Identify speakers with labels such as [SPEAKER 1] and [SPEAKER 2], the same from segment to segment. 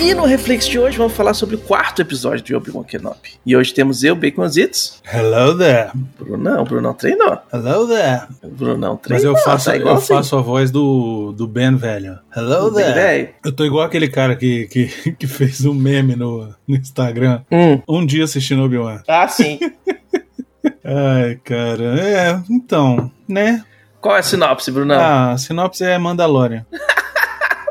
[SPEAKER 1] E no Reflex de hoje vamos falar sobre o quarto episódio de Obi-Wan Kenobi. E hoje temos eu, Baconzitos.
[SPEAKER 2] Hello there.
[SPEAKER 1] Brunão, Brunão treinou.
[SPEAKER 2] Hello there.
[SPEAKER 1] Brunão
[SPEAKER 2] Mas
[SPEAKER 1] treinou.
[SPEAKER 2] eu faço,
[SPEAKER 1] tá
[SPEAKER 2] eu
[SPEAKER 1] igualzinho.
[SPEAKER 2] faço a voz do, do Ben velho. Hello
[SPEAKER 1] Bem,
[SPEAKER 2] there.
[SPEAKER 1] velho.
[SPEAKER 2] Eu tô igual aquele cara que, que, que fez um meme no, no Instagram.
[SPEAKER 1] Hum.
[SPEAKER 2] Um dia assistindo Obi-Wan.
[SPEAKER 1] Ah, sim.
[SPEAKER 2] Ai, cara. É, então, né?
[SPEAKER 1] Qual é a sinopse, Brunão?
[SPEAKER 2] Ah, a sinopse é Mandalorian.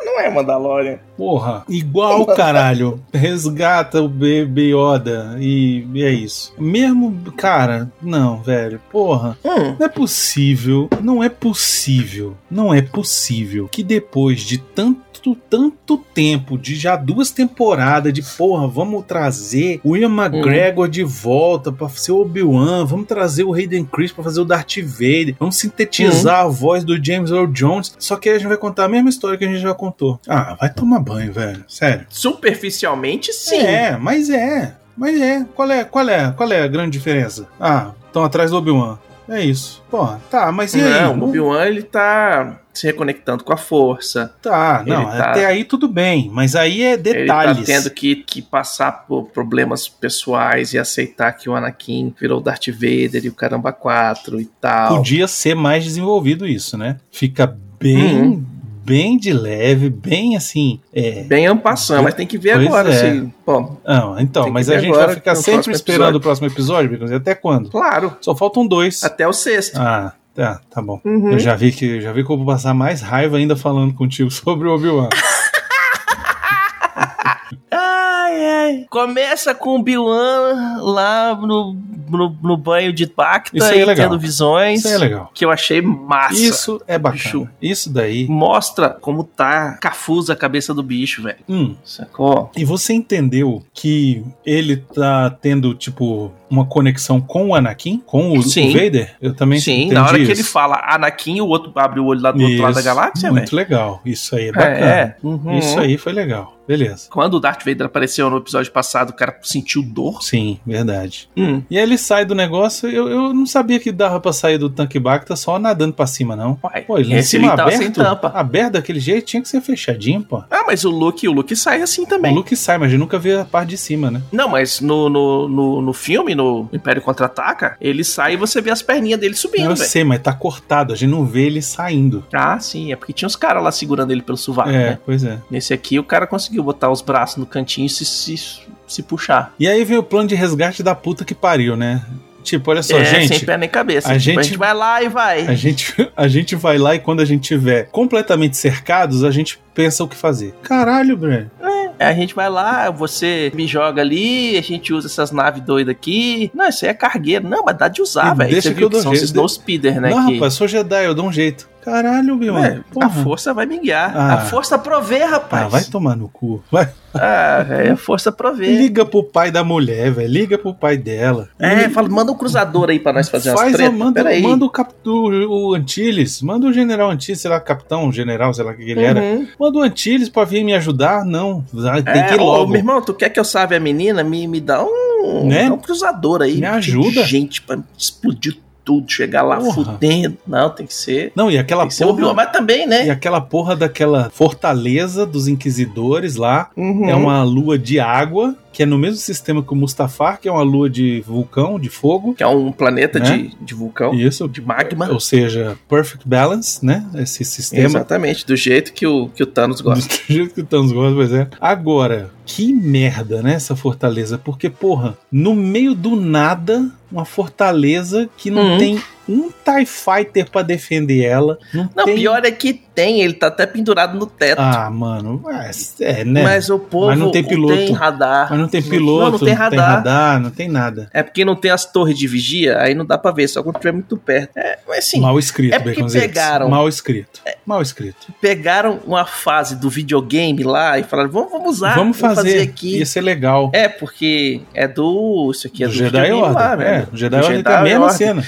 [SPEAKER 1] Não é Mandalorian.
[SPEAKER 2] Porra, igual caralho. Resgata o bebê Yoda e, e é isso. Mesmo, cara, não, velho. Porra.
[SPEAKER 1] Hum.
[SPEAKER 2] Não é possível, não é possível, não é possível que depois de tanto, tanto tempo, de já duas temporadas de porra, vamos trazer o Ian McGregor de volta pra ser o Obi-Wan, vamos trazer o Hayden Chris pra fazer o Darth Vader, vamos sintetizar a voz do James Earl Jones, só que a gente vai contar a mesma história que a gente já contou. Ah, vai tomar banho, velho, sério.
[SPEAKER 1] Superficialmente, sim.
[SPEAKER 2] É, mas é. Mas é. Qual é, qual é, qual é a grande diferença? Ah, estão atrás do Obi-Wan. É isso. Porra, tá, mas e aí?
[SPEAKER 1] Não, o Obi-Wan ele tá se reconectando com a força.
[SPEAKER 2] Tá, não,
[SPEAKER 1] ele tá-
[SPEAKER 2] até aí tudo bem, mas aí é
[SPEAKER 1] Ele tá
[SPEAKER 2] detalhes.
[SPEAKER 1] tendo que, que passar por problemas pessoais e aceitar que o Anakin virou Darth Vader e o Caramba 4 e tal.
[SPEAKER 2] Podia ser mais desenvolvido isso, né? Fica bem,
[SPEAKER 1] Uhum.
[SPEAKER 2] bem de leve, bem assim. É.
[SPEAKER 1] Bem ampassando, mas tem que ver
[SPEAKER 2] Pois
[SPEAKER 1] agora.
[SPEAKER 2] é.
[SPEAKER 1] assim, bom,
[SPEAKER 2] Não, então,
[SPEAKER 1] Tem que
[SPEAKER 2] mas
[SPEAKER 1] ver
[SPEAKER 2] a gente
[SPEAKER 1] agora,
[SPEAKER 2] vai ficar
[SPEAKER 1] no
[SPEAKER 2] sempre
[SPEAKER 1] próximo
[SPEAKER 2] esperando o próximo episódio, Bicos, e até quando?
[SPEAKER 1] claro,
[SPEAKER 2] Só faltam dois.
[SPEAKER 1] até o sexto.
[SPEAKER 2] Ah, tá, tá bom.
[SPEAKER 1] Uhum.
[SPEAKER 2] Eu já vi que já vi que eu vou passar mais raiva ainda falando contigo sobre o Obi-Wan.
[SPEAKER 1] Ai, ai. Começa com o Bilan lá no, no, no banho de pacta
[SPEAKER 2] Isso aí é
[SPEAKER 1] e
[SPEAKER 2] legal.
[SPEAKER 1] tendo visões.
[SPEAKER 2] Isso aí é legal.
[SPEAKER 1] Que eu achei massa.
[SPEAKER 2] Isso é bacana.
[SPEAKER 1] Bicho.
[SPEAKER 2] Isso daí.
[SPEAKER 1] Mostra como tá cafusa a cabeça do bicho, velho.
[SPEAKER 2] Hum.
[SPEAKER 1] Sacou?
[SPEAKER 2] E você entendeu que ele tá tendo, tipo, uma conexão com o Anakin? Com o, o
[SPEAKER 1] Sim.
[SPEAKER 2] Vader? Eu também
[SPEAKER 1] Sim,
[SPEAKER 2] entendi
[SPEAKER 1] na hora que
[SPEAKER 2] isso.
[SPEAKER 1] ele fala Anakin, o outro abre o olho lá do outro lado da
[SPEAKER 2] Isso,
[SPEAKER 1] galáxia, velho.
[SPEAKER 2] Muito legal. Isso aí é bacana.
[SPEAKER 1] É, é. Uhum.
[SPEAKER 2] Isso aí foi legal. Beleza.
[SPEAKER 1] Quando o Darth Vader apareceu no episódio passado, o cara sentiu dor.
[SPEAKER 2] Sim, verdade.
[SPEAKER 1] Hum.
[SPEAKER 2] E aí ele sai do negócio. Eu, eu não sabia que dava pra sair do tanque Bacta só nadando pra cima, não.
[SPEAKER 1] Uai,
[SPEAKER 2] Pô, ele lá em
[SPEAKER 1] esse
[SPEAKER 2] cima
[SPEAKER 1] ele tava sem
[SPEAKER 2] aberto.
[SPEAKER 1] tampa.
[SPEAKER 2] Aberto daquele jeito, tinha que ser fechadinho, pô.
[SPEAKER 1] Ah, mas o Luke, o Luke sai assim também.
[SPEAKER 2] O Luke sai, mas eu nunca vi a parte de cima, né?
[SPEAKER 1] Não, mas no, no, no, no filme, no Império Contra-Ataca, ele sai e você vê as perninhas dele subindo,
[SPEAKER 2] eu
[SPEAKER 1] velho.
[SPEAKER 2] sei, mas tá cortado, a gente não vê ele saindo.
[SPEAKER 1] Ah, sim, é porque tinha os caras lá segurando ele pelo sovaco,
[SPEAKER 2] é,
[SPEAKER 1] né?
[SPEAKER 2] pois é.
[SPEAKER 1] Nesse aqui, o cara conseguiu botar os braços no cantinho e se, se, se puxar.
[SPEAKER 2] E aí vem o plano de resgate da puta que pariu, né? Tipo, olha só,
[SPEAKER 1] é, sem
[SPEAKER 2] gente.
[SPEAKER 1] pé nem cabeça.
[SPEAKER 2] a
[SPEAKER 1] Tipo,
[SPEAKER 2] gente-
[SPEAKER 1] vai lá e vai.
[SPEAKER 2] A gente, a gente vai lá e quando a gente tiver completamente cercados, a gente pensa o que fazer. Caralho, Breno.
[SPEAKER 1] É, a gente vai lá, você me joga ali, a gente usa essas naves doidas aqui. Não, isso aí é cargueiro. Não, mas dá de usar,
[SPEAKER 2] E
[SPEAKER 1] velho.
[SPEAKER 2] deixa
[SPEAKER 1] Você
[SPEAKER 2] que
[SPEAKER 1] viu
[SPEAKER 2] eu
[SPEAKER 1] que
[SPEAKER 2] dou
[SPEAKER 1] são
[SPEAKER 2] jeito.
[SPEAKER 1] esses no speeder, né?
[SPEAKER 2] Não,
[SPEAKER 1] que-
[SPEAKER 2] rapaz, sou Jedi, eu dou um jeito. Caralho, meu
[SPEAKER 1] É,
[SPEAKER 2] mano.
[SPEAKER 1] a
[SPEAKER 2] Porra.
[SPEAKER 1] força vai me guiar.
[SPEAKER 2] Ah.
[SPEAKER 1] A força provê, rapaz.
[SPEAKER 2] Ah, vai tomar no cu. Vai.
[SPEAKER 1] Ah, velho, a força provê.
[SPEAKER 2] Liga pro pai da mulher, velho. Liga pro pai dela.
[SPEAKER 1] É, fala, manda um cruzador aí pra nós fazer umas
[SPEAKER 2] Faz, a-
[SPEAKER 1] tretas.
[SPEAKER 2] manda,
[SPEAKER 1] Peraí.
[SPEAKER 2] manda o, cap, o, o Antilles, manda o general Antilles, sei lá, capitão, general, sei lá o que ele era.
[SPEAKER 1] Uhum.
[SPEAKER 2] Manda o Antilles pra vir me ajudar? Não, vai- tem
[SPEAKER 1] É,
[SPEAKER 2] que ir
[SPEAKER 1] ô,
[SPEAKER 2] logo.
[SPEAKER 1] meu irmão, tu quer que eu salve a menina? Me, me dá um,
[SPEAKER 2] Né?
[SPEAKER 1] me dá um cruzador aí.
[SPEAKER 2] Me
[SPEAKER 1] Tem
[SPEAKER 2] ajuda.
[SPEAKER 1] Gente, pra explodir tudo, chegar lá
[SPEAKER 2] Porra.
[SPEAKER 1] fudendo. Não, tem que ser.
[SPEAKER 2] Não, e aquela
[SPEAKER 1] Tem que ser o
[SPEAKER 2] porra...
[SPEAKER 1] Biomar também, né?
[SPEAKER 2] E aquela porra daquela fortaleza dos inquisidores lá
[SPEAKER 1] Uhum.
[SPEAKER 2] é uma lua de água, que é no mesmo sistema que o Mustafar, que é uma lua de vulcão, de fogo.
[SPEAKER 1] Que é um planeta
[SPEAKER 2] Né?
[SPEAKER 1] de, de vulcão,
[SPEAKER 2] Isso,
[SPEAKER 1] Então, de magma.
[SPEAKER 2] ou seja, perfect balance, né? Esse sistema.
[SPEAKER 1] Exatamente, do jeito que o, que o Thanos gosta.
[SPEAKER 2] Do jeito que o Thanos gosta, pois é. Agora, que merda, né, essa fortaleza? Porque, porra, no meio do nada, uma fortaleza que não
[SPEAKER 1] Uhum.
[SPEAKER 2] tem um TIE Fighter pra defender ela. Não,
[SPEAKER 1] Não,
[SPEAKER 2] tem...
[SPEAKER 1] pior é que tem, ele tá até pendurado no teto.
[SPEAKER 2] Ah, mano, é, é, né?
[SPEAKER 1] Mas o povo
[SPEAKER 2] Mas não tem piloto.
[SPEAKER 1] tem radar.
[SPEAKER 2] Mas não tem piloto, não, tem, radar. não tem nada.
[SPEAKER 1] É porque não tem as torres de vigia, aí não dá pra ver, só quando tiver muito perto. É, mas assim,
[SPEAKER 2] Mal escrito,
[SPEAKER 1] é porque
[SPEAKER 2] Baconzitos.
[SPEAKER 1] pegaram. É,
[SPEAKER 2] Mal escrito. Mal escrito.
[SPEAKER 1] pegaram uma fase do videogame lá e falaram, vamos, vamos usar,
[SPEAKER 2] Vamos fazer.
[SPEAKER 1] aqui.
[SPEAKER 2] Ia ser legal.
[SPEAKER 1] É, porque é do. Isso aqui é
[SPEAKER 2] do
[SPEAKER 1] do,
[SPEAKER 2] Jedi
[SPEAKER 1] videogame
[SPEAKER 2] Order.
[SPEAKER 1] lá,
[SPEAKER 2] é,
[SPEAKER 1] velho.
[SPEAKER 2] o Jedi
[SPEAKER 1] Do
[SPEAKER 2] Order tem a
[SPEAKER 1] Jedi
[SPEAKER 2] mesma
[SPEAKER 1] Order.
[SPEAKER 2] cena.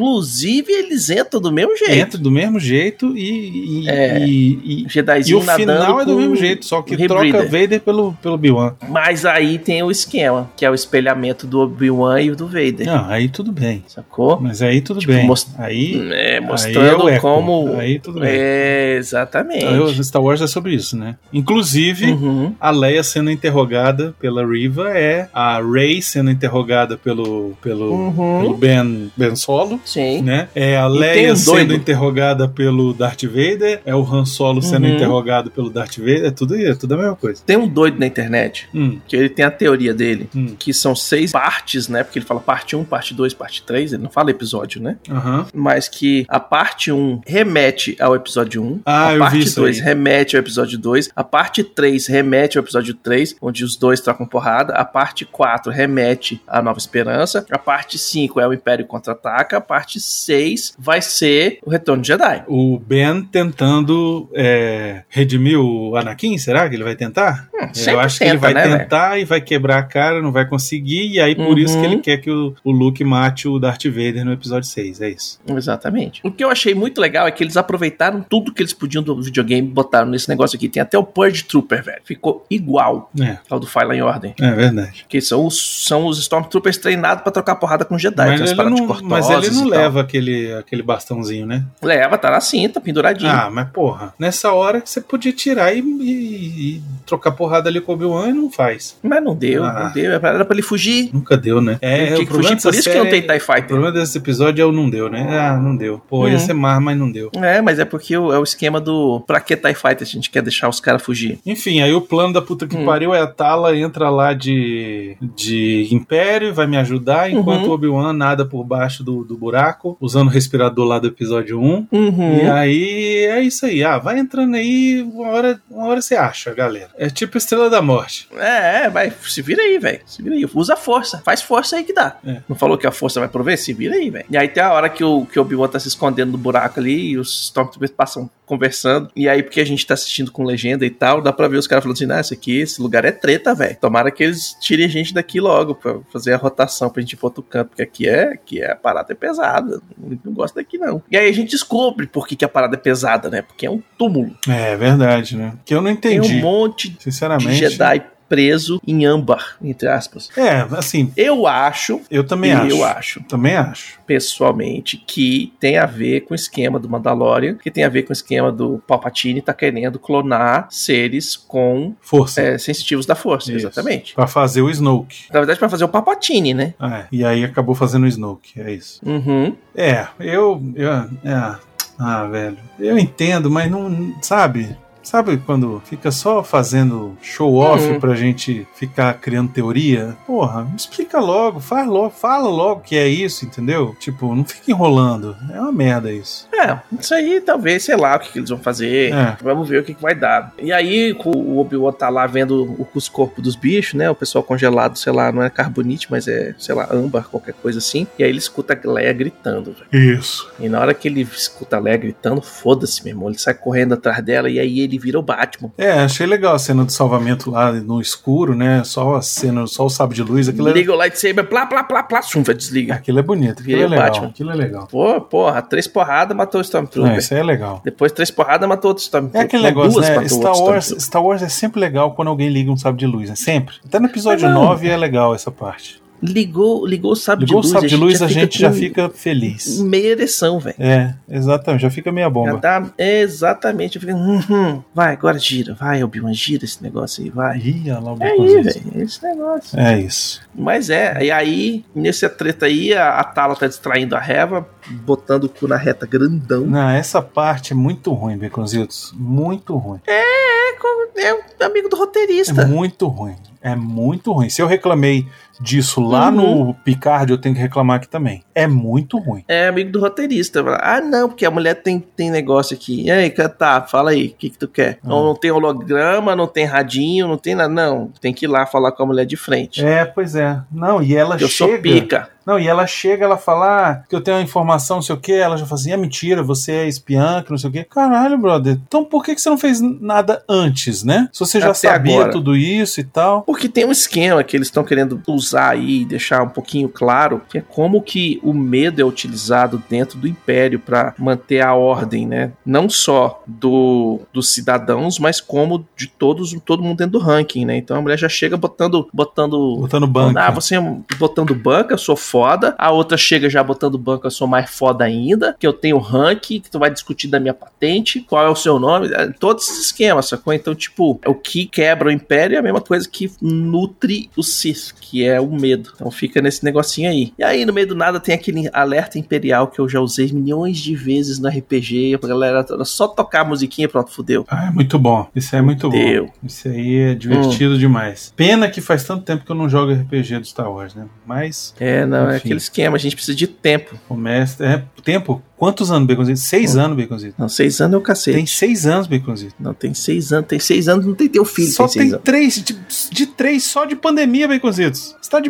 [SPEAKER 1] Inclusive, eles entram do mesmo jeito.
[SPEAKER 2] Entra do mesmo jeito e. e,
[SPEAKER 1] É.
[SPEAKER 2] e- e- e
[SPEAKER 1] Jedizinho
[SPEAKER 2] o final
[SPEAKER 1] nadando
[SPEAKER 2] é do
[SPEAKER 1] com-
[SPEAKER 2] mesmo jeito, só que
[SPEAKER 1] o
[SPEAKER 2] troca
[SPEAKER 1] Rebreather.
[SPEAKER 2] Vader pelo, pelo B1.
[SPEAKER 1] Mas aí tem o esquema, que é o espelhamento do Obi-Wan e o do Vader.
[SPEAKER 2] Não, aí tudo bem.
[SPEAKER 1] Sacou?
[SPEAKER 2] Mas aí tudo
[SPEAKER 1] Tipo,
[SPEAKER 2] bem.
[SPEAKER 1] most-
[SPEAKER 2] Aí.
[SPEAKER 1] É,
[SPEAKER 2] aí é
[SPEAKER 1] mostrando
[SPEAKER 2] o eco.
[SPEAKER 1] como.
[SPEAKER 2] Aí tudo bem.
[SPEAKER 1] É, exatamente.
[SPEAKER 2] Então, eu- Star Wars é sobre isso, né? Inclusive,
[SPEAKER 1] Uhum.
[SPEAKER 2] a Leia sendo interrogada pela Riva é a Rey sendo interrogada pelo, pelo, pelo
[SPEAKER 1] Uhum.
[SPEAKER 2] ben, ben Solo.
[SPEAKER 1] Sim.
[SPEAKER 2] Né? É a
[SPEAKER 1] tem
[SPEAKER 2] Leia
[SPEAKER 1] um
[SPEAKER 2] sendo
[SPEAKER 1] doido.
[SPEAKER 2] interrogada pelo Darth Vader, é o Han Solo sendo
[SPEAKER 1] Uhum.
[SPEAKER 2] interrogado pelo Darth Vader, é tudo, é tudo a mesma coisa.
[SPEAKER 1] Tem um doido na internet
[SPEAKER 2] Hum,
[SPEAKER 1] que ele tem a teoria dele,
[SPEAKER 2] Hum.
[SPEAKER 1] que são seis partes, né? Porque ele fala parte 1, parte 2, parte 3, ele não fala episódio, né?
[SPEAKER 2] aham.
[SPEAKER 1] Mas que a parte 1 remete ao episódio 1.
[SPEAKER 2] Ah,
[SPEAKER 1] a
[SPEAKER 2] eu vi
[SPEAKER 1] parte
[SPEAKER 2] isso
[SPEAKER 1] 2
[SPEAKER 2] aí.
[SPEAKER 1] remete ao episódio 2. A parte 3 remete ao episódio 3, onde os dois trocam porrada. A parte 4 remete à Nova Esperança. A parte 5 é o Império Contra-Ataca. A parte 6 vai ser o Retorno de Jedi.
[SPEAKER 2] O Ben tentando é, redimir o Anakin, será que ele vai tentar?
[SPEAKER 1] sempre
[SPEAKER 2] eu acho que ele
[SPEAKER 1] tenta,
[SPEAKER 2] vai
[SPEAKER 1] né,
[SPEAKER 2] tentar e vai quebrar a cara, não vai conseguir, e aí por
[SPEAKER 1] Uhum.
[SPEAKER 2] isso que ele quer que o, o Luke mate o Darth Vader no episódio 6, é isso.
[SPEAKER 1] Exatamente. O que eu achei muito legal é que eles aproveitaram tudo que eles podiam do videogame e botaram nesse negócio aqui. Tem até o Purge Trooper, velho. Ficou igual
[SPEAKER 2] É,
[SPEAKER 1] ao do File em Ordem.
[SPEAKER 2] é verdade.
[SPEAKER 1] Que são os, são os Stormtroopers treinados pra trocar porrada com Jedi.
[SPEAKER 2] mas,
[SPEAKER 1] tem umas
[SPEAKER 2] ele
[SPEAKER 1] paradas
[SPEAKER 2] não, mas
[SPEAKER 1] cortosas
[SPEAKER 2] ele não
[SPEAKER 1] e tal.
[SPEAKER 2] leva aquele, aquele bastãozinho, né?
[SPEAKER 1] Leva, tá na cinta, penduradinho.
[SPEAKER 2] Ah, mas porra, nessa hora você podia tirar e, e- e trocar porrada ali com o Obi-Wan e não faz.
[SPEAKER 1] Mas não deu,
[SPEAKER 2] Ah.
[SPEAKER 1] não deu. Era pra- Era pra ele fugir.
[SPEAKER 2] Nunca deu, né?
[SPEAKER 1] Ele
[SPEAKER 2] É,
[SPEAKER 1] tinha
[SPEAKER 2] o
[SPEAKER 1] que
[SPEAKER 2] problema
[SPEAKER 1] fugir. Por
[SPEAKER 2] dessa
[SPEAKER 1] isso que não
[SPEAKER 2] série- é
[SPEAKER 1] tem TIE
[SPEAKER 2] O
[SPEAKER 1] Fighter.
[SPEAKER 2] problema desse episódio é o não deu, né? Ah, não deu. Pô, ia
[SPEAKER 1] Uhum.
[SPEAKER 2] ser mar, mas não deu.
[SPEAKER 1] É, mas é porque o- é o esquema do. Pra que TIE Fighter? A gente quer deixar os caras fugir.
[SPEAKER 2] Enfim, aí o plano da puta que
[SPEAKER 1] Hum.
[SPEAKER 2] pariu é a Tala entra lá de, de Império, vai me ajudar, enquanto
[SPEAKER 1] Uhum.
[SPEAKER 2] o Obi-Wan nada por baixo do, do buraco, usando o respirador lá do episódio 1. E
[SPEAKER 1] Uhum.
[SPEAKER 2] aí é isso aí. Ah, vai entrando aí, uma hora, uma hora você acha, galera. É tipo Estrela da Morte.
[SPEAKER 1] É, é, vai. Se vira aí, velho. Se vira aí. Usa a força. Faz força aí que dá.
[SPEAKER 2] É.
[SPEAKER 1] Não falou que a força vai prover? Se vira aí, velho. E aí tem a hora que o, que o Obi-Wan tá se escondendo no buraco ali e os Stormtroopers passam conversando. E aí, porque a gente tá assistindo com legenda e tal, dá pra ver os caras falando assim: ah, isso aqui, esse lugar é treta, velho. Tomara que eles tirem a gente daqui logo pra fazer a rotação pra gente ir pra outro canto, porque aqui é, aqui é a parada é pesada. Não gosto daqui, não. E aí a gente descobre por que, que a parada é pesada, né? Porque é um túmulo.
[SPEAKER 2] É verdade, né? Que eu não
[SPEAKER 1] Tem
[SPEAKER 2] entendi.
[SPEAKER 1] um monte de
[SPEAKER 2] sinceramente.
[SPEAKER 1] Jedi preso em âmbar, entre aspas.
[SPEAKER 2] É, assim,
[SPEAKER 1] Eu acho,
[SPEAKER 2] eu também acho.
[SPEAKER 1] eu acho,
[SPEAKER 2] Também acho.
[SPEAKER 1] pessoalmente, que tem a ver com o esquema do Mandalorian, que tem a ver com o esquema do Palpatine tá querendo clonar seres com
[SPEAKER 2] Força.
[SPEAKER 1] é, sensitivos da força,
[SPEAKER 2] Isso.
[SPEAKER 1] exatamente.
[SPEAKER 2] Pra fazer o Snoke.
[SPEAKER 1] Na verdade, pra fazer o Palpatine, né?
[SPEAKER 2] Ah, é. E aí acabou fazendo o Snoke, é isso.
[SPEAKER 1] Uhum.
[SPEAKER 2] É, eu. eu é. Ah, velho. Eu entendo, mas não. Sabe? Sabe quando fica só fazendo show-off
[SPEAKER 1] Uhum.
[SPEAKER 2] pra gente ficar criando teoria? Porra, me explica logo, faz logo, fala logo que é isso, entendeu? Tipo, não fica enrolando. É uma merda isso.
[SPEAKER 1] É, isso aí talvez, sei lá o que, que eles vão fazer.
[SPEAKER 2] É.
[SPEAKER 1] Vamos ver o que, que vai dar. E aí, co- o Obi-Wan tá lá vendo o- os corpos dos bichos, né? O pessoal congelado, sei lá, não é carbonite, mas é, sei lá, âmbar, qualquer coisa assim. E aí ele escuta a Leia gritando, velho.
[SPEAKER 2] Isso.
[SPEAKER 1] E na hora que ele escuta a Leia gritando, foda-se, meu irmão. Ele sai correndo atrás dela e aí ele vira o Batman.
[SPEAKER 2] É, achei legal a cena do salvamento lá no escuro, né? Só a cena, só o sabre de luz, aquilo é,
[SPEAKER 1] Liga o lightsaber, plá, plá, plá, plá, sumva, desliga.
[SPEAKER 2] aquilo é bonito, aquilo é
[SPEAKER 1] Virei o
[SPEAKER 2] legal.
[SPEAKER 1] Batman.
[SPEAKER 2] Aquilo é legal.
[SPEAKER 1] Pô, porra, três porradas matou o
[SPEAKER 2] Não,
[SPEAKER 1] Stormtrooper.
[SPEAKER 2] isso aí é legal.
[SPEAKER 1] Depois três porradas matou outro
[SPEAKER 2] É
[SPEAKER 1] Stormtrooper.
[SPEAKER 2] aquele
[SPEAKER 1] Não,
[SPEAKER 2] negócio,
[SPEAKER 1] duas
[SPEAKER 2] né?
[SPEAKER 1] matou
[SPEAKER 2] Star
[SPEAKER 1] outro
[SPEAKER 2] Wars,
[SPEAKER 1] Stormtrooper.
[SPEAKER 2] Star Wars é sempre legal quando alguém liga um sabre de luz, né? Sempre. Até no episódio
[SPEAKER 1] Ah, não.
[SPEAKER 2] 9 é legal essa parte.
[SPEAKER 1] Ligou, ligou o sabre
[SPEAKER 2] Ligou o
[SPEAKER 1] de luz.
[SPEAKER 2] sabre de luz, a gente já
[SPEAKER 1] com
[SPEAKER 2] fica feliz.
[SPEAKER 1] Meia ereção, velho.
[SPEAKER 2] É, exatamente, já fica meia
[SPEAKER 1] Já
[SPEAKER 2] bomba.
[SPEAKER 1] tá- exatamente. Eu fico, uhum, vai, agora gira. Vai, Obi-Wan, gira esse negócio aí, vai.
[SPEAKER 2] Ih, olha lá o
[SPEAKER 1] É aí,
[SPEAKER 2] baconzinho.
[SPEAKER 1] velho. Esse negócio.
[SPEAKER 2] É isso.
[SPEAKER 1] Mas é, e aí, nessa treta aí, a, a Tala tá distraindo a Reva, botando o cu na reta grandão.
[SPEAKER 2] Não, essa parte é muito ruim, Beconzitos. Muito ruim.
[SPEAKER 1] É, co- é o amigo do roteirista.
[SPEAKER 2] É muito ruim. É muito ruim. Se eu reclamei disso lá
[SPEAKER 1] Uhum.
[SPEAKER 2] no Picard, eu tenho que reclamar aqui também. É muito ruim.
[SPEAKER 1] É amigo do roteirista. Fala, Ah, não, porque a mulher tem, tem negócio aqui. E aí, ca- tá, fala aí, o que, que tu quer?
[SPEAKER 2] Ah.
[SPEAKER 1] Não, não tem holograma, não tem radinho, não tem nada. Não, tem que ir lá falar com a mulher de frente.
[SPEAKER 2] É, pois é. Não, e ela
[SPEAKER 1] Eu
[SPEAKER 2] chega.
[SPEAKER 1] sou pica.
[SPEAKER 2] Não, e ela chega, ela fala ah, que eu tenho uma informação, não sei o que, ela já "Ah, fala assim, é mentira, você é espiã, que não sei o que. Caralho, brother, então por que, que você não fez nada antes? antes, né? Se você já
[SPEAKER 1] Até
[SPEAKER 2] sabia
[SPEAKER 1] agora.
[SPEAKER 2] tudo isso e tal.
[SPEAKER 1] Porque tem um esquema que eles estão querendo usar aí e deixar um pouquinho claro, que é como que o medo é utilizado dentro do império para manter a ordem, né? Não só do, dos cidadãos, mas como de todos, todo mundo dentro do ranking, né? Então a mulher já chega botando botando
[SPEAKER 2] Botando banca.
[SPEAKER 1] ah, você botando banca, eu sou foda. A outra chega já botando banca, eu sou mais foda ainda. Que eu tenho rank, que tu vai discutir da minha patente, qual é o seu nome, é, todos esses esquemas, sacou? Então, tipo, é o que quebra o império é a mesma coisa que nutre o Sith, que é o medo. Então fica nesse negocinho aí. E aí, no meio do nada, tem aquele alerta imperial que eu já usei milhões de vezes no RPG. A galera era só tocar a musiquinha, pronto, fudeu.
[SPEAKER 2] Ah, é muito bom. Isso aí é muito
[SPEAKER 1] Deu.
[SPEAKER 2] bom. Isso aí é
[SPEAKER 1] Hum.
[SPEAKER 2] divertido demais. Pena que faz tanto tempo que eu não jogo RPG do Star Wars, né? Mas
[SPEAKER 1] É, não, é
[SPEAKER 2] Enfim.
[SPEAKER 1] aquele esquema, a gente precisa de tempo.
[SPEAKER 2] o mestre. É tempo? Quantos anos, Baconzito? Seis
[SPEAKER 1] Hum.
[SPEAKER 2] anos, Baconzito.
[SPEAKER 1] Não, seis anos é o cacete.
[SPEAKER 2] Tem seis anos, Baconzito.
[SPEAKER 1] Não, tem seis anos. Tem seis anos, não tem teu filho.
[SPEAKER 2] só
[SPEAKER 1] seis
[SPEAKER 2] tem
[SPEAKER 1] anos.
[SPEAKER 2] três, de, de três só de pandemia, Baconzitos. Você tá de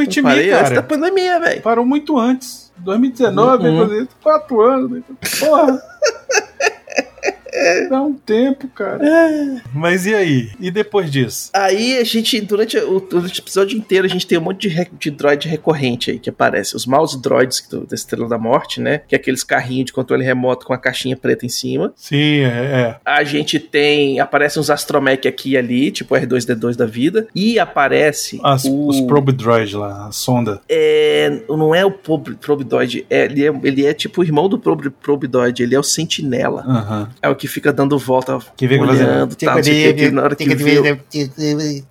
[SPEAKER 1] Então,
[SPEAKER 2] with
[SPEAKER 1] eu
[SPEAKER 2] me,
[SPEAKER 1] parei antes da
[SPEAKER 2] cara.
[SPEAKER 1] pandemia, velho.
[SPEAKER 2] Parou muito antes. 2019,
[SPEAKER 1] Uhum.
[SPEAKER 2] Baconzito, quatro anos. né? Porra. Dá um tempo, cara. Mas e aí? E depois disso?
[SPEAKER 1] Aí a gente, durante o, durante o episódio inteiro, a gente tem um monte de, re- de droid recorrente aí que aparece. Os mouse droids do- da Estrela da Morte, né? Que é aqueles carrinhos de controle remoto com a caixinha preta em cima.
[SPEAKER 2] Sim, é. é.
[SPEAKER 1] A gente tem. Aparecem uns Astromech aqui e ali, tipo R2D2 da vida. E aparece.
[SPEAKER 2] As-
[SPEAKER 1] o-
[SPEAKER 2] Os Probe Droid lá, a sonda.
[SPEAKER 1] é, não é o Prob- Probidoid, é, ele, é, ele é tipo o irmão do Prob- Probidoid, ele é o Sentinela.
[SPEAKER 2] Aham.
[SPEAKER 1] É o que fica dando volta,
[SPEAKER 2] Que vem
[SPEAKER 1] olhando, tá, não sei o que, que na hora que vê, o-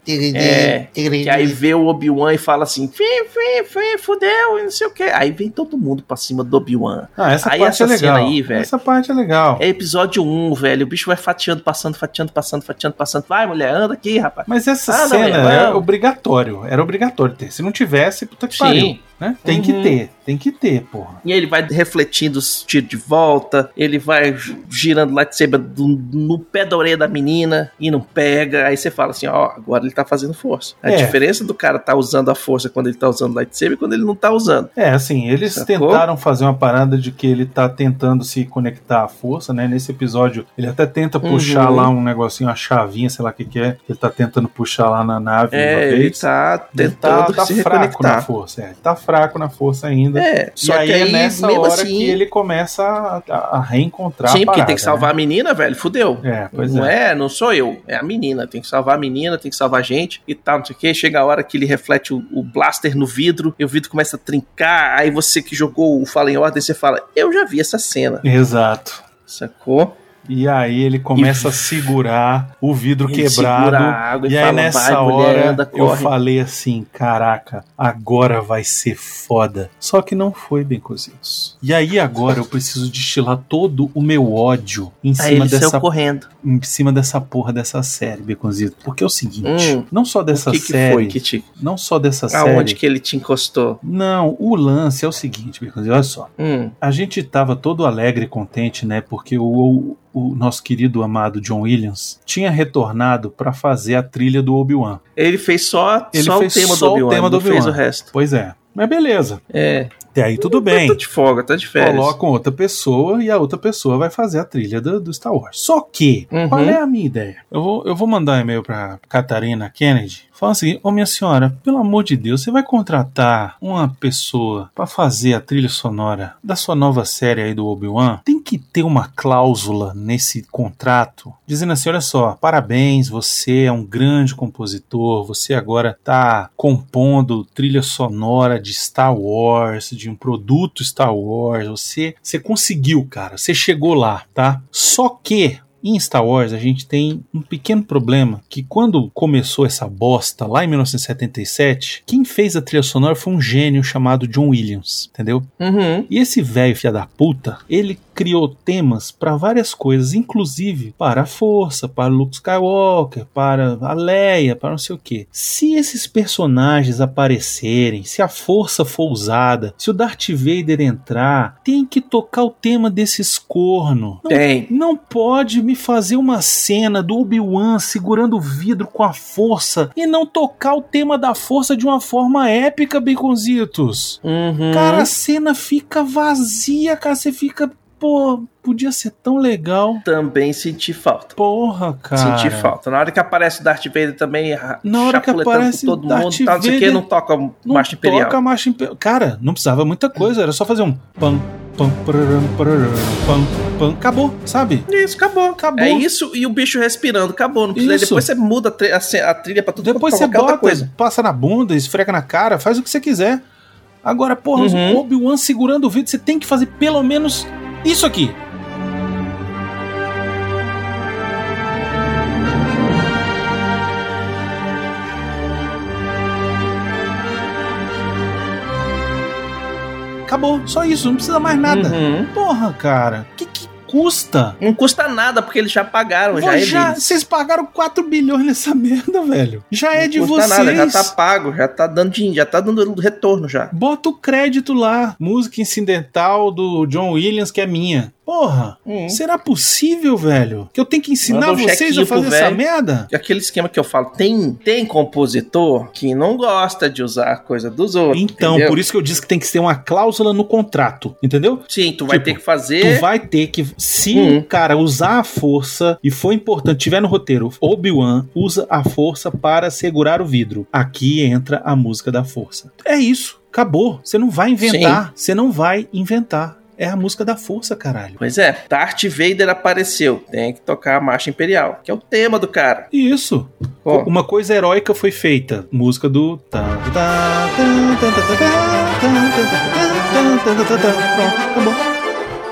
[SPEAKER 1] É, que aí vê o Obi-Wan e fala assim, fim, fim, fim, fudeu, e não sei o que. Aí vem todo mundo pra cima do Obi-Wan.
[SPEAKER 2] Ah, essa
[SPEAKER 1] Aí essa
[SPEAKER 2] parte é legal.
[SPEAKER 1] cena aí, velho.
[SPEAKER 2] Essa parte é legal.
[SPEAKER 1] É episódio 1, velho, o bicho vai fatiando, passando, fatiando, passando, fatiando, passando. Vai, mulher, anda aqui, rapaz.
[SPEAKER 2] Mas essa
[SPEAKER 1] Ah, não,
[SPEAKER 2] cena
[SPEAKER 1] meu,
[SPEAKER 2] era
[SPEAKER 1] não.
[SPEAKER 2] obrigatório. Era obrigatório ter. Se não tivesse, puta que pariu.
[SPEAKER 1] Sim.
[SPEAKER 2] Né? Tem
[SPEAKER 1] Uhum.
[SPEAKER 2] que ter, tem que ter, porra.
[SPEAKER 1] E aí ele vai refletindo os tiros de volta, ele vai girando lightsaber do, no pé da orelha da menina e não pega. Aí você fala assim, ó, agora ele tá fazendo força. A
[SPEAKER 2] É.
[SPEAKER 1] diferença do cara tá usando a força quando ele tá usando lightsaber e quando ele não tá usando.
[SPEAKER 2] É, assim, eles
[SPEAKER 1] Sacou?
[SPEAKER 2] tentaram fazer uma parada de que ele tá tentando se conectar à força, né? Nesse episódio, ele até tenta puxar
[SPEAKER 1] Uhum.
[SPEAKER 2] lá um negocinho, uma chavinha, sei lá o que, que é. Ele tá tentando puxar lá na nave uma
[SPEAKER 1] É,
[SPEAKER 2] vez.
[SPEAKER 1] ele tá
[SPEAKER 2] Ele
[SPEAKER 1] tentando
[SPEAKER 2] tá, tá
[SPEAKER 1] se
[SPEAKER 2] fraco na
[SPEAKER 1] reconectar.
[SPEAKER 2] força, é. Ele tá fraco na força ainda.
[SPEAKER 1] É, só
[SPEAKER 2] e aí
[SPEAKER 1] que
[SPEAKER 2] é
[SPEAKER 1] aí,
[SPEAKER 2] nessa
[SPEAKER 1] mesmo
[SPEAKER 2] hora
[SPEAKER 1] assim,
[SPEAKER 2] que ele começa a, a- a reencontrar
[SPEAKER 1] sim,
[SPEAKER 2] a parada,
[SPEAKER 1] porque tem que salvar a menina, velho, fudeu.
[SPEAKER 2] Né? É, pois
[SPEAKER 1] não
[SPEAKER 2] é.
[SPEAKER 1] é. não sou eu, é a menina. Tem que salvar a menina, tem que salvar a gente e tal, não sei o que. Chega a hora que ele reflete o, o blaster no vidro e o vidro começa a trincar. Aí você que jogou o Fala em Ordem, você fala, eu já vi essa cena,
[SPEAKER 2] Exato.
[SPEAKER 1] sacou?
[SPEAKER 2] E aí ele começa a segurar o vidro
[SPEAKER 1] Ele segura a
[SPEAKER 2] quebrado.
[SPEAKER 1] água
[SPEAKER 2] E aí
[SPEAKER 1] fala,
[SPEAKER 2] nessa
[SPEAKER 1] vai, mulher,
[SPEAKER 2] hora
[SPEAKER 1] anda,
[SPEAKER 2] eu
[SPEAKER 1] corre.
[SPEAKER 2] falei assim, caraca, agora vai ser foda. Só que não foi bem cozidos. E aí agora eu preciso destilar todo o meu ódio em
[SPEAKER 1] Aí
[SPEAKER 2] cima
[SPEAKER 1] ele saiu
[SPEAKER 2] dessa
[SPEAKER 1] correndo.
[SPEAKER 2] em cima dessa porra dessa série, Beconzito. Porque é o seguinte,
[SPEAKER 1] Hum,
[SPEAKER 2] não só dessa
[SPEAKER 1] o que, que
[SPEAKER 2] série,
[SPEAKER 1] foi, Kitico?
[SPEAKER 2] não só dessa
[SPEAKER 1] Aonde
[SPEAKER 2] série.
[SPEAKER 1] que ele te encostou?
[SPEAKER 2] Não, o lance é o seguinte, Beconzito, olha só.
[SPEAKER 1] Hum,
[SPEAKER 2] A gente tava todo alegre e contente, né? Porque o, o nosso querido amado John Williams tinha retornado pra fazer a trilha do Obi-Wan.
[SPEAKER 1] ele fez só,
[SPEAKER 2] Ele
[SPEAKER 1] só
[SPEAKER 2] fez
[SPEAKER 1] o tema
[SPEAKER 2] só o
[SPEAKER 1] do Obi-Wan,
[SPEAKER 2] tema do
[SPEAKER 1] não fez o
[SPEAKER 2] Obi-Wan.
[SPEAKER 1] resto.
[SPEAKER 2] Pois é. Mas beleza.
[SPEAKER 1] É,
[SPEAKER 2] Até aí tudo
[SPEAKER 1] Tá
[SPEAKER 2] bem.
[SPEAKER 1] de folga, tá de férias.
[SPEAKER 2] Colocam outra pessoa e a outra pessoa vai fazer a trilha do, do Star Wars. Só que,
[SPEAKER 1] Uhum.
[SPEAKER 2] qual é a minha ideia? Eu vou, eu vou mandar um e-mail pra Catarina Kennedy falando assim: Ô minha senhora, pelo amor de Deus, você vai contratar uma pessoa pra fazer a trilha sonora da sua nova série aí do Obi-Wan? Tem que ter uma cláusula nesse contrato dizendo assim: olha só, parabéns, você é um grande compositor, você agora tá compondo trilha sonora de Star Wars, de um produto Star Wars, você, você conseguiu, cara, você chegou lá, tá? Só que em Star Wars a gente tem um pequeno problema que quando começou essa bosta lá em 1977, quem fez a trilha sonora foi um gênio chamado John Williams, entendeu?
[SPEAKER 1] Uhum.
[SPEAKER 2] E esse velho filha da puta, ele criou temas para várias coisas, inclusive para a Força, para Luke Skywalker, para a Leia, para não sei o que. Se esses personagens aparecerem, se a Força for usada, se o Darth Vader entrar, tem que tocar o tema desses corno. Não
[SPEAKER 1] Tem.
[SPEAKER 2] não pode me fazer uma cena do Obi-Wan segurando o vidro com a força e não tocar o tema da força de uma forma épica, Baconzitos.
[SPEAKER 1] Uhum.
[SPEAKER 2] Cara, a cena fica vazia, cara. Você fica pô, podia ser tão legal.
[SPEAKER 1] Também senti falta.
[SPEAKER 2] Porra, cara.
[SPEAKER 1] Senti falta. Na hora que aparece o Darth Vader também, ah,
[SPEAKER 2] Na hora que
[SPEAKER 1] chapuletando com
[SPEAKER 2] aparece
[SPEAKER 1] todo
[SPEAKER 2] Darth
[SPEAKER 1] mundo, tá, não sei o que,
[SPEAKER 2] Vader,
[SPEAKER 1] não toca
[SPEAKER 2] Não
[SPEAKER 1] Marcha Imperial.
[SPEAKER 2] toca marcha imperial. Cara, não precisava muita coisa, era só fazer um pam, pam, pararam, pararam, pam, pam, acabou, sabe?
[SPEAKER 1] Isso, acabou.
[SPEAKER 2] Acabou.
[SPEAKER 1] É isso e o bicho respirando, acabou. Não precisa,
[SPEAKER 2] Isso.
[SPEAKER 1] depois você muda a, tri- a ce- a trilha pra tudo
[SPEAKER 2] Depois
[SPEAKER 1] pra
[SPEAKER 2] você
[SPEAKER 1] colocar outra
[SPEAKER 2] bota, passa na bunda, esfrega na cara, faz o que você quiser. Agora, porra,
[SPEAKER 1] Uhum.
[SPEAKER 2] o Obi-Wan segurando o vidro, você tem que fazer pelo menos isso aqui. Acabou, só isso, não precisa mais nada.
[SPEAKER 1] Uhum.
[SPEAKER 2] Porra, cara, o que, que custa?
[SPEAKER 1] Não custa nada, porque eles já pagaram, já
[SPEAKER 2] Pô,
[SPEAKER 1] é
[SPEAKER 2] já-
[SPEAKER 1] deles.
[SPEAKER 2] vocês pagaram 4 bilhões nessa merda, velho. Já é de
[SPEAKER 1] não
[SPEAKER 2] vocês.
[SPEAKER 1] custa nada, já tá pago, já tá dando dinheiro, já tá dando retorno já.
[SPEAKER 2] Bota o crédito lá. Música incidental do John Williams, que é minha. Porra, será possível, velho? Que eu tenho que ensinar
[SPEAKER 1] Manda um
[SPEAKER 2] vocês
[SPEAKER 1] chequinho
[SPEAKER 2] a fazer
[SPEAKER 1] pro
[SPEAKER 2] essa
[SPEAKER 1] velho.
[SPEAKER 2] merda?
[SPEAKER 1] Aquele esquema que eu falo, tem, tem compositor que não gosta de usar a coisa dos outros.
[SPEAKER 2] Então,
[SPEAKER 1] entendeu?
[SPEAKER 2] por isso que eu disse que tem que ter uma cláusula no contrato, entendeu?
[SPEAKER 1] Sim, tu vai
[SPEAKER 2] tipo,
[SPEAKER 1] ter que fazer.
[SPEAKER 2] Tu vai ter que, se
[SPEAKER 1] Hum.
[SPEAKER 2] o cara usar a força, e foi importante, tiver no roteiro, Obi-Wan usa a força para segurar o vidro. Aqui entra a música da força. É isso, acabou. Você não vai inventar, você não vai inventar. É a música da força, caralho.
[SPEAKER 1] Pois é, Darth Vader apareceu, tem que tocar a marcha imperial, que é o tema do cara.
[SPEAKER 2] Isso.
[SPEAKER 1] Ó,
[SPEAKER 2] Uma coisa heróica foi feita. Música do. tá, tá, tá, tá, tá, tá, tá, tá, tá, tá, tá, tá, tá, tá, tá. Pronto, acabou.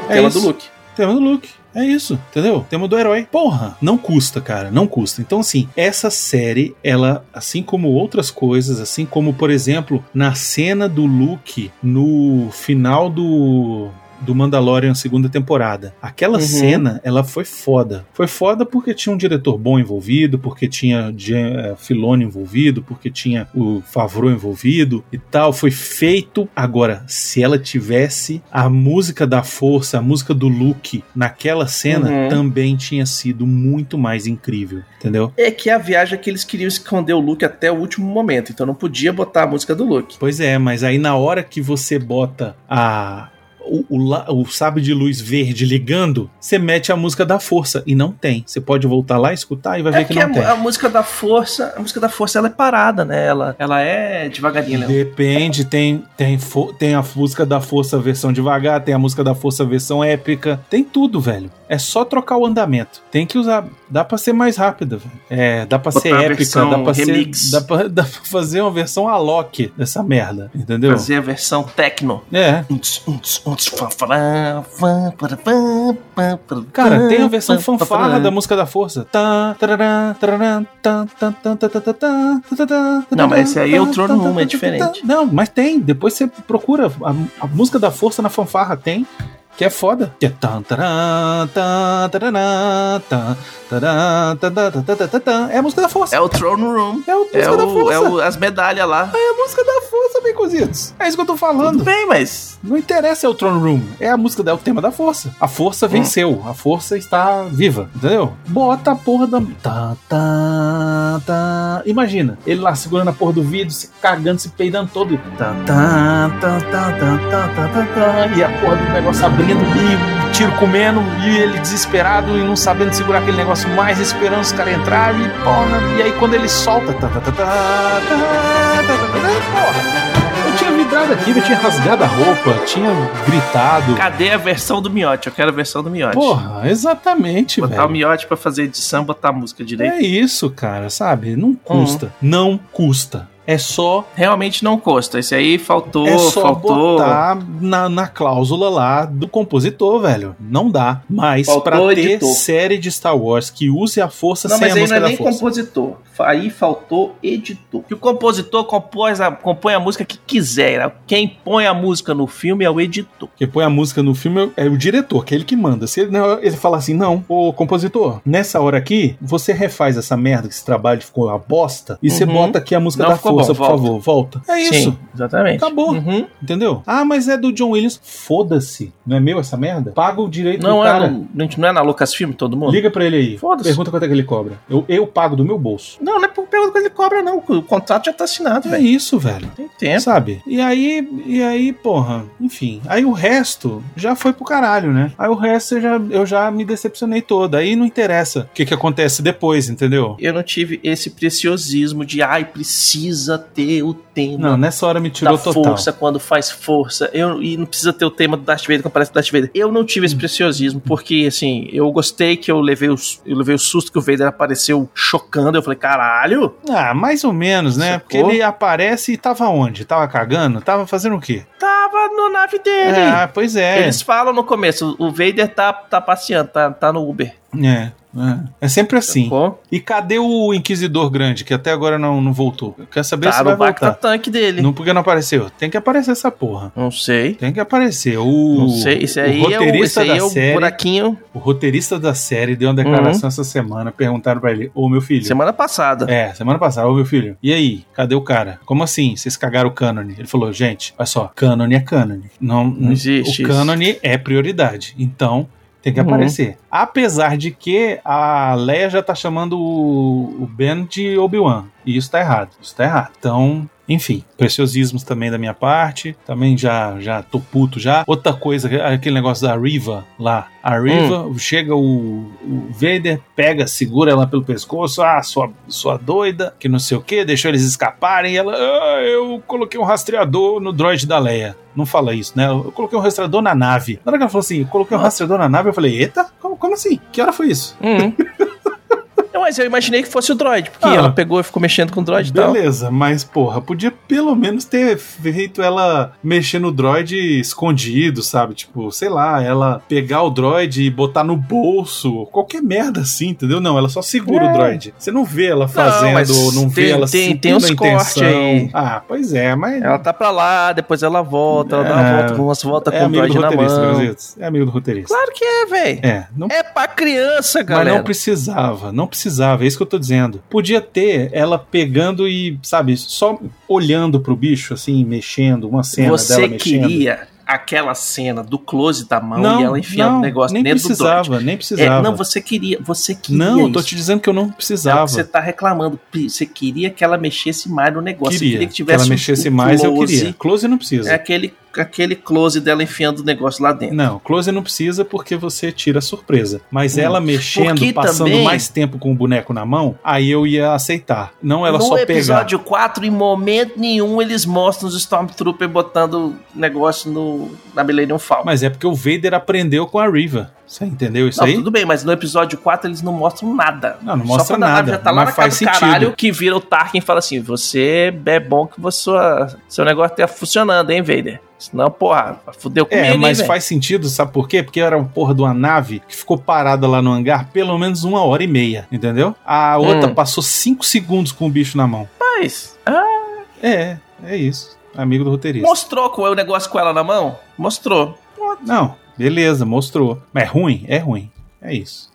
[SPEAKER 2] É
[SPEAKER 1] tema
[SPEAKER 2] isso.
[SPEAKER 1] do Luke.
[SPEAKER 2] Tema do Luke. É isso, entendeu? Tema do herói. Porra, não custa, cara, não custa. Então, assim, essa série, ela, assim como outras coisas, assim como, por exemplo, na cena do Luke no final do. Do Mandalorian segunda temporada. Aquela
[SPEAKER 1] Uhum.
[SPEAKER 2] cena, ela foi foda. Foi foda porque tinha um diretor bom envolvido, porque tinha Jan- eh, Filoni envolvido, porque tinha o Favreau envolvido e tal. Foi feito. Agora, se ela tivesse a música da força, a música do Luke naquela cena,
[SPEAKER 1] Uhum.
[SPEAKER 2] também tinha sido muito mais incrível, entendeu?
[SPEAKER 1] É que a viagem é que eles queriam esconder o Luke até o último momento, então não podia botar a música do Luke.
[SPEAKER 2] Pois é, mas aí na hora que você bota a. O, o, la- o sábio de luz verde ligando, você mete a música da força e não tem. Você pode voltar lá, escutar e vai ver
[SPEAKER 1] É
[SPEAKER 2] que
[SPEAKER 1] que a,
[SPEAKER 2] não tem.
[SPEAKER 1] a música da força, a música da força ela é parada, né? Ela, ela é devagarinho, né?
[SPEAKER 2] Depende, tem, tem, fo- tem a música da força versão devagar, tem a música da força versão épica, tem tudo, velho. É só trocar o andamento. Tem que usar. Dá pra ser mais rápida, velho. É, dá pra
[SPEAKER 1] Botar
[SPEAKER 2] ser
[SPEAKER 1] a
[SPEAKER 2] épica,
[SPEAKER 1] versão
[SPEAKER 2] dá pra
[SPEAKER 1] remix.
[SPEAKER 2] ser. Dá pra, dá pra fazer uma versão Alok dessa merda, entendeu?
[SPEAKER 1] Fazer a versão techno.
[SPEAKER 2] É.
[SPEAKER 1] Untz, untz, untz, fá, fará, fá, pará, fá, pá, pará,
[SPEAKER 2] Cara,
[SPEAKER 1] fá,
[SPEAKER 2] tem a versão
[SPEAKER 1] pá, pá,
[SPEAKER 2] fanfarra
[SPEAKER 1] pará.
[SPEAKER 2] da música da força. Tá, tarará, tarará, tá, tá, tá, tá, tá, tá, tá, tá, tá, tá,
[SPEAKER 1] Não, mas esse aí é
[SPEAKER 2] tá,
[SPEAKER 1] outro
[SPEAKER 2] tá,
[SPEAKER 1] nome,
[SPEAKER 2] tá,
[SPEAKER 1] é
[SPEAKER 2] tá,
[SPEAKER 1] diferente.
[SPEAKER 2] tá, tá. Não, mas tem. Depois você procura. A, a música da força na fanfarra tem. Que é foda. Que é tan, tará, tá, tarará, tá, tará, tá, tá, tá, tá, tá, tá, tá. É a música da força.
[SPEAKER 1] É o Throne Room.
[SPEAKER 2] É a
[SPEAKER 1] É,
[SPEAKER 2] música da
[SPEAKER 1] o,
[SPEAKER 2] força.
[SPEAKER 1] é o- as medalhas lá.
[SPEAKER 2] É a música da força, bem cozidos. É isso que eu tô
[SPEAKER 1] Tudo
[SPEAKER 2] falando.
[SPEAKER 1] bem, mas.
[SPEAKER 2] Não interessa é o Throne Room, é a música, é o tema da força. A força venceu, a força está viva, entendeu? Bota a porra da. Tá, tá, tá. Imagina, ele lá segurando a porra do vidro, se cagando, se peidando todo. Tá, tá, tá, tá, tá, tá, tá, tá, tá. E a porra do negócio abrindo e o tiro comendo, e ele desesperado e não sabendo segurar aquele negócio mais, esperando os caras entrarem, e porra. E aí quando ele solta. Tá, tá, tá, tá, tá, tá, tá, tá, porra. Eu tinha vidrado aqui, eu tinha rasgado a roupa, tinha gritado.
[SPEAKER 1] Cadê a versão do Miote? Eu quero a versão do Miote.
[SPEAKER 2] Porra, exatamente,
[SPEAKER 1] Botar o
[SPEAKER 2] velho.
[SPEAKER 1] Miote pra fazer edição, botar a música direito.
[SPEAKER 2] É isso, cara, sabe? Não custa.
[SPEAKER 1] Hum.
[SPEAKER 2] Não custa. É só,
[SPEAKER 1] Realmente não custa. Esse aí faltou,
[SPEAKER 2] é só
[SPEAKER 1] faltou.
[SPEAKER 2] botar na, na cláusula lá do compositor, velho. Não dá. Mas
[SPEAKER 1] Faltou
[SPEAKER 2] pra ter
[SPEAKER 1] editor.
[SPEAKER 2] série de Star Wars que use a força
[SPEAKER 1] Não,
[SPEAKER 2] sem
[SPEAKER 1] mas aí
[SPEAKER 2] a
[SPEAKER 1] não
[SPEAKER 2] música
[SPEAKER 1] é
[SPEAKER 2] da
[SPEAKER 1] nem
[SPEAKER 2] força.
[SPEAKER 1] compositor. Aí faltou editor. Que o compositor compôs a- compõe a música que quiser. né? Quem põe a música no filme é o editor.
[SPEAKER 2] Quem põe a música no filme é o diretor, que é ele que manda. Se ele, não- ele falar assim, não, ô compositor, nessa hora aqui, você refaz essa merda, que esse trabalho ficou uma bosta, e você
[SPEAKER 1] Uhum.
[SPEAKER 2] bota aqui a música
[SPEAKER 1] não
[SPEAKER 2] da
[SPEAKER 1] ficou
[SPEAKER 2] força, por
[SPEAKER 1] volta.
[SPEAKER 2] favor, volta. É isso.
[SPEAKER 1] Sim, exatamente.
[SPEAKER 2] Acabou.
[SPEAKER 1] Uhum.
[SPEAKER 2] Entendeu? Ah, mas é do John Williams. Foda-se. Não é meu essa merda? Paga o direito do
[SPEAKER 1] Não, é,
[SPEAKER 2] cara.
[SPEAKER 1] no- gente, não é na Lucasfilm todo mundo?
[SPEAKER 2] Liga pra ele aí.
[SPEAKER 1] Foda-se.
[SPEAKER 2] Pergunta quanto é que ele cobra. Eu, eu pago do meu bolso.
[SPEAKER 1] Não, não é por- pela coisa que ele cobra, não. O contrato já tá assinado,
[SPEAKER 2] É
[SPEAKER 1] velho.
[SPEAKER 2] isso, velho.
[SPEAKER 1] Tem tempo.
[SPEAKER 2] Sabe? E aí, e aí, porra, enfim. Aí o resto já foi pro caralho, né? Aí o resto eu já, eu já me decepcionei toda. Aí não interessa o que, que acontece depois, entendeu?
[SPEAKER 1] Eu não tive esse preciosismo de, ai, precisa ter o tema
[SPEAKER 2] Não, nessa hora me tirou
[SPEAKER 1] da
[SPEAKER 2] total.
[SPEAKER 1] força quando faz força. Eu, e não precisa ter o tema do Darth Vader quando aparece o Darth Vader. Eu não tive
[SPEAKER 2] Hum.
[SPEAKER 1] esse preciosismo, porque assim, eu gostei que eu levei o, eu levei o susto que o Vader apareceu chocando. Eu falei, caralho,
[SPEAKER 2] Ah, mais ou menos, né?
[SPEAKER 1] Sacou?
[SPEAKER 2] Porque ele aparece e tava onde? Tava cagando? Tava fazendo o quê?
[SPEAKER 1] tava na nave dele.
[SPEAKER 2] Ah, pois é.
[SPEAKER 1] Eles falam no começo, o Vader tá, tá passeando, tá, tá no Uber.
[SPEAKER 2] É. É, É sempre assim.
[SPEAKER 1] Sacou?
[SPEAKER 2] E cadê o Inquisidor Grande, que até agora não, não voltou? Eu quero saber
[SPEAKER 1] Tá
[SPEAKER 2] se
[SPEAKER 1] no
[SPEAKER 2] vai
[SPEAKER 1] Bacta
[SPEAKER 2] voltar.
[SPEAKER 1] Tanque dele.
[SPEAKER 2] Não, porque não apareceu. Tem que aparecer essa porra.
[SPEAKER 1] Não sei.
[SPEAKER 2] Tem que aparecer. O,
[SPEAKER 1] Não sei. Isso aí é
[SPEAKER 2] o
[SPEAKER 1] o, esse
[SPEAKER 2] roteirista
[SPEAKER 1] aí
[SPEAKER 2] da
[SPEAKER 1] é o Uhum.
[SPEAKER 2] série.
[SPEAKER 1] buraquinho
[SPEAKER 2] O roteirista da série deu uma declaração essa semana. Perguntaram pra ele: Ô meu filho.
[SPEAKER 1] semana passada.
[SPEAKER 2] É, semana passada, ô meu filho. E aí, cadê o cara? Como assim? Vocês cagaram o cânone? Ele falou, gente, olha só, cânone é cânone. Não,
[SPEAKER 1] Não existe
[SPEAKER 2] O
[SPEAKER 1] isso.
[SPEAKER 2] cânone é prioridade. Então, tem que
[SPEAKER 1] Uhum.
[SPEAKER 2] aparecer. Apesar de que a Leia já tá chamando o o Ben de Obi-Wan. E isso tá errado. Isso tá errado. Então. Enfim, preciosismos também da minha parte. Também já já tô puto já. Outra coisa, aquele negócio da Riva lá. A Riva, chega o, o Vader, pega, segura ela pelo pescoço. Ah, sua, sua doida, que não sei o que, deixou eles escaparem. E ela, ah, eu coloquei um rastreador no droid da Leia. Não fala isso, né? Eu coloquei um rastreador na nave. Na hora que ela falou assim, eu coloquei um rastreador na nave, eu falei, eita, como, como assim? Que hora foi isso?
[SPEAKER 1] Uhum. Não, Mas eu imaginei que fosse o droid, porque
[SPEAKER 2] Uhum. Ah.
[SPEAKER 1] ela pegou e ficou mexendo com o droid e tal.
[SPEAKER 2] Beleza, mas porra, podia pelo menos ter feito ela mexer no droid escondido, sabe? Tipo, sei lá, ela pegar o droid e botar no bolso, qualquer merda assim, entendeu? Não, ela só segura
[SPEAKER 1] É.
[SPEAKER 2] o droid. Você não vê ela fazendo,
[SPEAKER 1] mas
[SPEAKER 2] não, vê
[SPEAKER 1] tem-
[SPEAKER 2] ela
[SPEAKER 1] tem-
[SPEAKER 2] seguindo
[SPEAKER 1] tem uns
[SPEAKER 2] a
[SPEAKER 1] cortes
[SPEAKER 2] intenção.
[SPEAKER 1] aí.
[SPEAKER 2] Ah, pois é, mas
[SPEAKER 1] Ela tá pra lá, depois ela volta, ela dá
[SPEAKER 2] É.
[SPEAKER 1] uma volta com umas voltas
[SPEAKER 2] é
[SPEAKER 1] com o
[SPEAKER 2] amigo do
[SPEAKER 1] droid na
[SPEAKER 2] roteirista,
[SPEAKER 1] mão.
[SPEAKER 2] Brazitos. É amigo do roteirista.
[SPEAKER 1] Claro que é, velho.
[SPEAKER 2] É, não
[SPEAKER 1] É pra criança,
[SPEAKER 2] Mas
[SPEAKER 1] galera.
[SPEAKER 2] não precisava, não precisava, é isso que eu tô dizendo. Podia ter ela pegando e, sabe, só olhando pro bicho, assim, mexendo, uma cena
[SPEAKER 1] Você
[SPEAKER 2] dela mexendo.
[SPEAKER 1] queria aquela cena do close da mão
[SPEAKER 2] não,
[SPEAKER 1] e ela enfiando
[SPEAKER 2] não,
[SPEAKER 1] o negócio
[SPEAKER 2] nem
[SPEAKER 1] dentro do droid.
[SPEAKER 2] precisava, nem precisava.
[SPEAKER 1] É, não,
[SPEAKER 2] não,
[SPEAKER 1] você queria, você queria
[SPEAKER 2] eu tô
[SPEAKER 1] isso.
[SPEAKER 2] te dizendo que eu não
[SPEAKER 1] É o
[SPEAKER 2] precisava.
[SPEAKER 1] que você tá reclamando. Pri- Você queria que ela mexesse mais no negócio. você
[SPEAKER 2] queria.
[SPEAKER 1] queria que
[SPEAKER 2] que,
[SPEAKER 1] tivesse
[SPEAKER 2] ela
[SPEAKER 1] um-
[SPEAKER 2] mexesse
[SPEAKER 1] um
[SPEAKER 2] mais, eu
[SPEAKER 1] close.
[SPEAKER 2] queria. Close não precisa.
[SPEAKER 1] É aquele, aquele close dela enfiando o negócio lá dentro.
[SPEAKER 2] Não, close não precisa porque você tira a surpresa. Mas
[SPEAKER 1] Hum.
[SPEAKER 2] ela mexendo,
[SPEAKER 1] Porque
[SPEAKER 2] passando
[SPEAKER 1] também-
[SPEAKER 2] mais tempo com o boneco na mão, aí eu ia aceitar. Não ela
[SPEAKER 1] no
[SPEAKER 2] só pegar.
[SPEAKER 1] episódio 4, em momento nenhum, eles mostram os Stormtroopers botando negócio no, na Millennium Falcon.
[SPEAKER 2] Mas é porque o Vader aprendeu com a Riva. Você entendeu isso
[SPEAKER 1] não,
[SPEAKER 2] aí?
[SPEAKER 1] tudo bem, mas no episódio 4 eles não mostram nada.
[SPEAKER 2] Não, não mostra
[SPEAKER 1] Só quando a nave
[SPEAKER 2] nada,
[SPEAKER 1] já tá lá
[SPEAKER 2] mas
[SPEAKER 1] na casa
[SPEAKER 2] faz
[SPEAKER 1] do
[SPEAKER 2] sentido.
[SPEAKER 1] caralho que vira o Tarkin e fala assim: Você é bom que você, seu negócio tá funcionando, hein, Vader? é Senão, porra, fudeu comigo.
[SPEAKER 2] É,
[SPEAKER 1] hein,
[SPEAKER 2] mas
[SPEAKER 1] velho?"
[SPEAKER 2] faz sentido, sabe por quê? Porque era uma porra de uma nave que ficou parada lá no hangar pelo menos uma hora e meia, entendeu? A outra
[SPEAKER 1] Hum.
[SPEAKER 2] passou cinco segundos com o bicho na mão.
[SPEAKER 1] Mas, ah,
[SPEAKER 2] É, é isso. Amigo do roteirista.
[SPEAKER 1] mostrou qual é o negócio com ela na mão? Mostrou.
[SPEAKER 2] Não, beleza, mostrou. Mas é ruim? É ruim. É isso.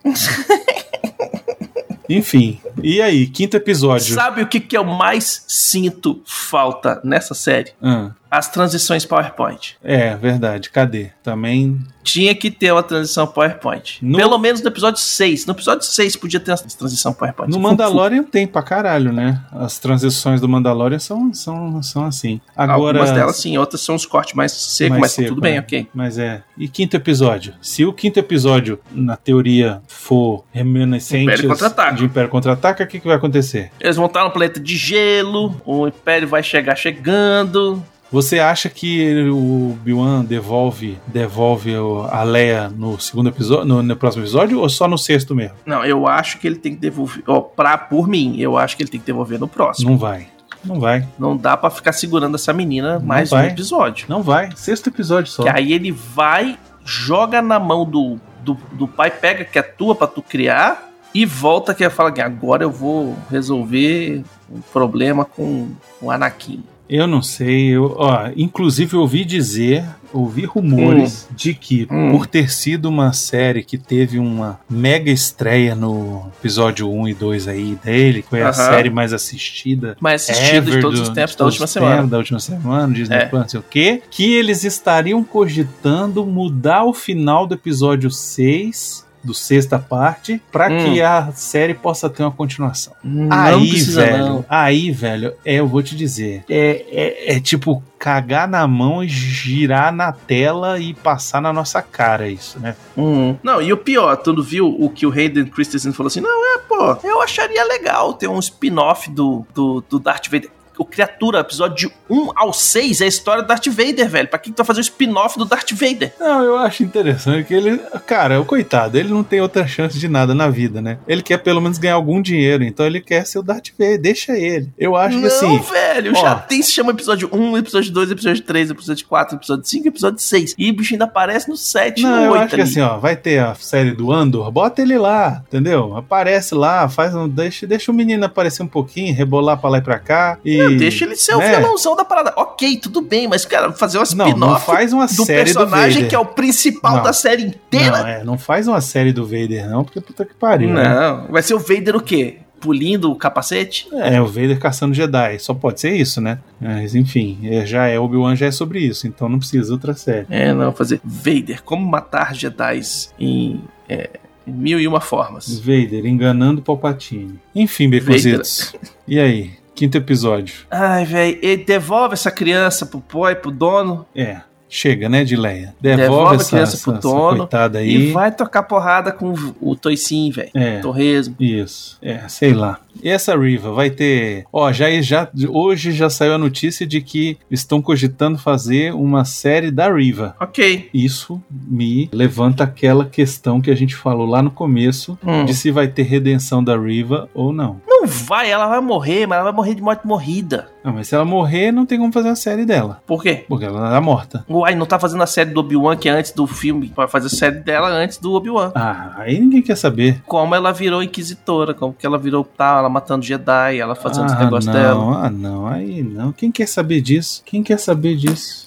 [SPEAKER 2] Enfim, e aí? Quinto episódio.
[SPEAKER 1] Sabe o que, que eu mais sinto falta nessa série?
[SPEAKER 2] Ah,
[SPEAKER 1] As transições PowerPoint.
[SPEAKER 2] é, verdade. Cadê? Também
[SPEAKER 1] Tinha que ter uma transição PowerPoint.
[SPEAKER 2] No-
[SPEAKER 1] Pelo menos no episódio 6. No episódio 6 podia ter uma transição PowerPoint.
[SPEAKER 2] No Mandalorian tem pra caralho, né? As transições do Mandalorian são, são, são assim. Agora.
[SPEAKER 1] Algumas delas sim, outras são os cortes mais secos,
[SPEAKER 2] Mais
[SPEAKER 1] mas tá
[SPEAKER 2] seco,
[SPEAKER 1] tudo bem,
[SPEAKER 2] né?
[SPEAKER 1] ok.
[SPEAKER 2] Mas é. E quinto episódio? Se o quinto episódio, na teoria, for reminiscente
[SPEAKER 1] Império Contra-Ataca.
[SPEAKER 2] de Império Contra-Ataca, o que, que vai acontecer?
[SPEAKER 1] Eles vão estar no planeta de gelo, o Império vai chegar chegando.
[SPEAKER 2] Você acha que ele- o Obi-Wan devolve, devolve o- a Leia no segundo episódio, no, no próximo episódio, ou só no sexto mesmo?
[SPEAKER 1] Não, eu acho que ele tem que devolver. Ó, pra, por mim, eu acho que ele tem que devolver no próximo.
[SPEAKER 2] Não vai. Não vai.
[SPEAKER 1] Não, dá pra ficar segurando essa menina
[SPEAKER 2] Não
[SPEAKER 1] mais um
[SPEAKER 2] vai.
[SPEAKER 1] episódio.
[SPEAKER 2] Não vai. Sexto episódio só.
[SPEAKER 1] Que aí ele vai, joga na mão do, do, do pai, pega que é tua pra tu criar e volta que fala que agora eu vou resolver um problema com o Anakin.
[SPEAKER 2] Eu não sei. Eu, ó, inclusive, eu ouvi dizer ouvi rumores de que,
[SPEAKER 1] Hum.
[SPEAKER 2] por ter sido uma série que teve uma mega estreia no episódio 1 e 2 aí dele, que foi a
[SPEAKER 1] Aham.
[SPEAKER 2] série mais assistida.
[SPEAKER 1] Mas assistido de
[SPEAKER 2] ever
[SPEAKER 1] todos os
[SPEAKER 2] do-
[SPEAKER 1] tempos
[SPEAKER 2] de
[SPEAKER 1] da
[SPEAKER 2] todos
[SPEAKER 1] última
[SPEAKER 2] os
[SPEAKER 1] semana.
[SPEAKER 2] tempos, Da última semana, Disney
[SPEAKER 1] É.
[SPEAKER 2] Plus, não sei o quê. Que eles estariam cogitando mudar o final do episódio 6 do sexta parte, pra
[SPEAKER 1] Hum.
[SPEAKER 2] que a série possa ter uma continuação.
[SPEAKER 1] Hum,
[SPEAKER 2] Aí, velho, aí, velho, é, eu vou te dizer. É, é- é tipo cagar na mão e girar na tela e passar na nossa cara isso, né?
[SPEAKER 1] Hum. Não, e o pior, tu não viu o que o Hayden Christensen falou assim? Não, é, pô, eu acharia legal ter um spin-off do, do, do Darth Vader. O Criatura, episódio de 1 ao 6 é a história do Darth Vader, velho. Pra que que tu vai fazer o spin-off do Darth Vader?
[SPEAKER 2] Não, eu acho interessante que ele. Cara, o coitado, ele não tem outra chance de nada na vida, né? Ele quer pelo menos ganhar algum dinheiro, então ele quer ser o Darth Vader, deixa ele. Eu acho que
[SPEAKER 1] não,
[SPEAKER 2] assim.
[SPEAKER 1] velho,
[SPEAKER 2] ó.
[SPEAKER 1] já tem, se chama episódio 1, episódio 2, episódio 3, episódio 4, episódio 5, episódio 6. E o bicho ainda aparece no 7,
[SPEAKER 2] Não,
[SPEAKER 1] no
[SPEAKER 2] eu
[SPEAKER 1] 8
[SPEAKER 2] acho que
[SPEAKER 1] ali.
[SPEAKER 2] assim, ó, vai ter a série do Andor, bota ele lá, entendeu? Aparece lá, faz um, deixa, deixa o menino aparecer um pouquinho, rebolar pra lá e pra cá e
[SPEAKER 1] Não, deixa ele ser o
[SPEAKER 2] né?
[SPEAKER 1] vilãozão da parada. Ok, tudo bem, mas, cara, fazer um
[SPEAKER 2] Não,
[SPEAKER 1] spin-off
[SPEAKER 2] não faz uma
[SPEAKER 1] do
[SPEAKER 2] série do
[SPEAKER 1] personagem
[SPEAKER 2] Vader.
[SPEAKER 1] que é o principal
[SPEAKER 2] Não.
[SPEAKER 1] da série inteira.
[SPEAKER 2] Não, é, não faz uma série do Vader, não, porque puta que pariu. né?
[SPEAKER 1] Não, vai ser o Vader o quê? Pulindo o capacete?
[SPEAKER 2] É, o Vader caçando Jedi. Só pode ser isso, né? Mas enfim, é, já é Obi-Wan já é sobre isso, então não precisa outra série.
[SPEAKER 1] É, não, fazer Vader, como matar Jedi's em é, em mil e uma formas.
[SPEAKER 2] Vader enganando Palpatine. Enfim, Beconzitos. E aí? Quinto episódio.
[SPEAKER 1] Ai, velho, ele devolve essa criança pro pai, pro dono,
[SPEAKER 2] É. Chega, né, de Leia? Devolve,
[SPEAKER 1] Devolve a
[SPEAKER 2] essa,
[SPEAKER 1] criança
[SPEAKER 2] essa,
[SPEAKER 1] pro
[SPEAKER 2] essa
[SPEAKER 1] dono
[SPEAKER 2] coitada aí.
[SPEAKER 1] e vai tocar porrada com o Toicinho, velho.
[SPEAKER 2] É.
[SPEAKER 1] Torresmo.
[SPEAKER 2] Isso, é, sei lá. E essa Riva vai ter. Ó, já, já hoje já saiu a notícia de que estão cogitando fazer uma série da Riva.
[SPEAKER 1] Ok.
[SPEAKER 2] Isso me levanta aquela questão que a gente falou lá no começo
[SPEAKER 1] Hum.
[SPEAKER 2] de se vai ter redenção da Riva ou não.
[SPEAKER 1] Não vai, ela vai morrer, mas ela vai morrer de morte morrida.
[SPEAKER 2] Ah, mas se ela morrer, não tem como fazer a série dela.
[SPEAKER 1] Por quê?
[SPEAKER 2] Porque ela tá morta.
[SPEAKER 1] Uai, não tá fazendo a série do Obi-Wan que é antes do filme. Vai fazer a série dela antes do Obi-Wan.
[SPEAKER 2] Ah, aí ninguém quer saber.
[SPEAKER 1] como ela virou inquisitora, como que ela virou tal, ela matando Jedi, ela fazendo os
[SPEAKER 2] ah,
[SPEAKER 1] negócios
[SPEAKER 2] não,
[SPEAKER 1] um dela.
[SPEAKER 2] Ah, não, aí não. Quem quer saber disso? Quem quer saber disso?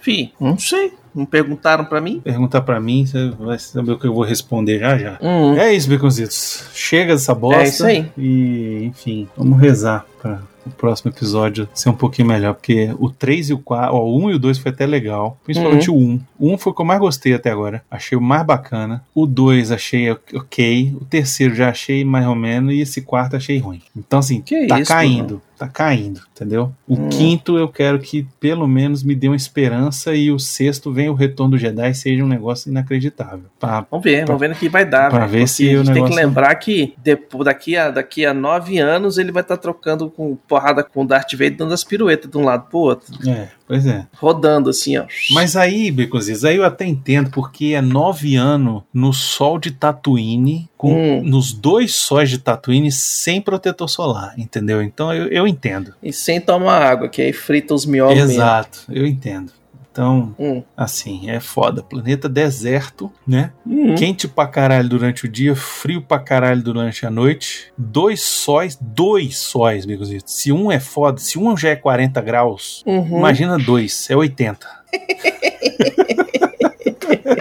[SPEAKER 1] Fih, não sei. Não perguntaram pra mim?
[SPEAKER 2] Perguntar pra mim, você vai saber o que eu vou responder já já.
[SPEAKER 1] Hum.
[SPEAKER 2] É isso, Beconzitos. Chega dessa bosta.
[SPEAKER 1] É isso aí.
[SPEAKER 2] E, enfim, vamos rezar pra o próximo episódio ser um pouquinho melhor. Porque o 3 e o 4, ó, o 1 e o 2 foi até legal. Principalmente
[SPEAKER 1] Uhum.
[SPEAKER 2] o 1. O 1 foi o que eu mais gostei até agora. Achei o mais bacana. O 2 achei ok- ok. O terceiro já achei mais ou menos. E esse quarto achei ruim. Então, assim,
[SPEAKER 1] Que
[SPEAKER 2] tá
[SPEAKER 1] isso,
[SPEAKER 2] caindo. Tá caindo, entendeu? O
[SPEAKER 1] Hum.
[SPEAKER 2] quinto eu quero que pelo menos me dê uma esperança e o sexto venha o retorno do Jedi seja um negócio inacreditável. Pra,
[SPEAKER 1] Vamos ver, vamos ver no que vai dar.
[SPEAKER 2] Pra
[SPEAKER 1] velho,
[SPEAKER 2] ver
[SPEAKER 1] porque
[SPEAKER 2] se
[SPEAKER 1] a
[SPEAKER 2] o
[SPEAKER 1] gente tem que
[SPEAKER 2] negócio-
[SPEAKER 1] lembrar que depois, daqui, a, daqui a nove anos ele vai estar trocando com porrada com o Darth Vader, dando as piruetas de um lado pro outro.
[SPEAKER 2] é, pois é.
[SPEAKER 1] Rodando assim, ó.
[SPEAKER 2] Mas aí, Becoziz, aí eu até entendo, porque é nove anos no sol de Tatooine, com,
[SPEAKER 1] Hum.
[SPEAKER 2] nos dois sóis de Tatooine, sem protetor solar, entendeu? Então eu, eu entendo.
[SPEAKER 1] E sem tomar água, que aí frita os miolos mesmo.
[SPEAKER 2] Exato, eu entendo. Então,
[SPEAKER 1] Hum.
[SPEAKER 2] assim, é foda. Planeta deserto, né?
[SPEAKER 1] Hum.
[SPEAKER 2] Quente pra caralho durante o dia, frio pra caralho durante a noite. Dois sóis, dois sóis, Becoziz. Se um é foda, se um já é 40 graus,
[SPEAKER 1] Uhum.
[SPEAKER 2] Imagina dois, é 80.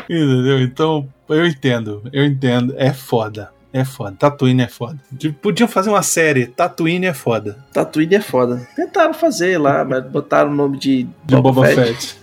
[SPEAKER 2] Entendeu? Então, eu entendo, eu entendo. É foda. É foda. Tatooine é foda. Tipo, Podiam fazer uma série, Tatooine é foda.
[SPEAKER 1] Tatooine é foda. Tentaram fazer lá, mas botaram o nome de,
[SPEAKER 2] De Boba, Fett.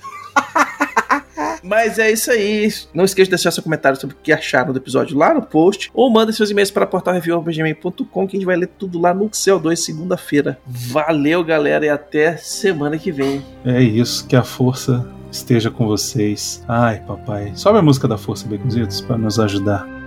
[SPEAKER 1] Mas é isso aí. Não esqueça de deixar seu comentário sobre o que acharam do episódio lá no post. Ou manda seus e-mails para portalreview.gmail.com que a gente vai ler tudo lá no CO2 segunda-feira. Valeu, galera, e até semana que vem.
[SPEAKER 2] É isso, que a força esteja com vocês. Ai, papai. Sobe a música da força, Beconzitos, pra nos ajudar.